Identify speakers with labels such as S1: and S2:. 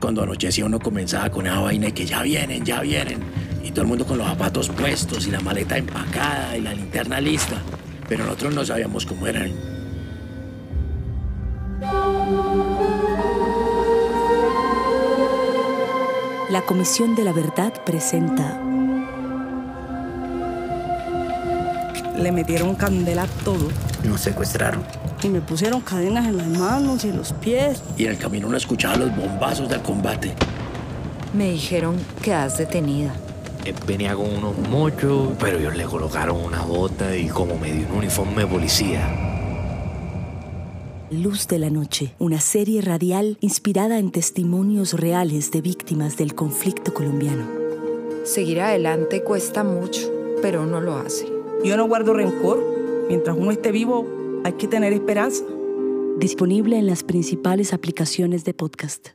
S1: cuando anochecía uno comenzaba con esa vaina y que ya vienen, ya vienen. Y todo el mundo con los zapatos puestos y la maleta empacada y la linterna lista. Pero nosotros no sabíamos cómo eran.
S2: La Comisión de la Verdad presenta
S3: le metieron candela a todo
S4: Nos secuestraron.
S3: y me pusieron cadenas en las manos y en los pies.
S1: Y en el camino uno escuchaba los bombazos del combate.
S5: Me dijeron que has detenida.
S6: Él venía con unos mochos, pero ellos le colocaron una bota y como medio un uniforme de policía.
S2: Luz de la Noche, una serie radial inspirada en testimonios reales de víctimas del conflicto colombiano.
S5: Seguir adelante cuesta mucho, pero uno lo hace.
S3: Yo no guardo rencor. Mientras uno esté vivo, hay que tener esperanza.
S2: Disponible en las principales aplicaciones de podcast.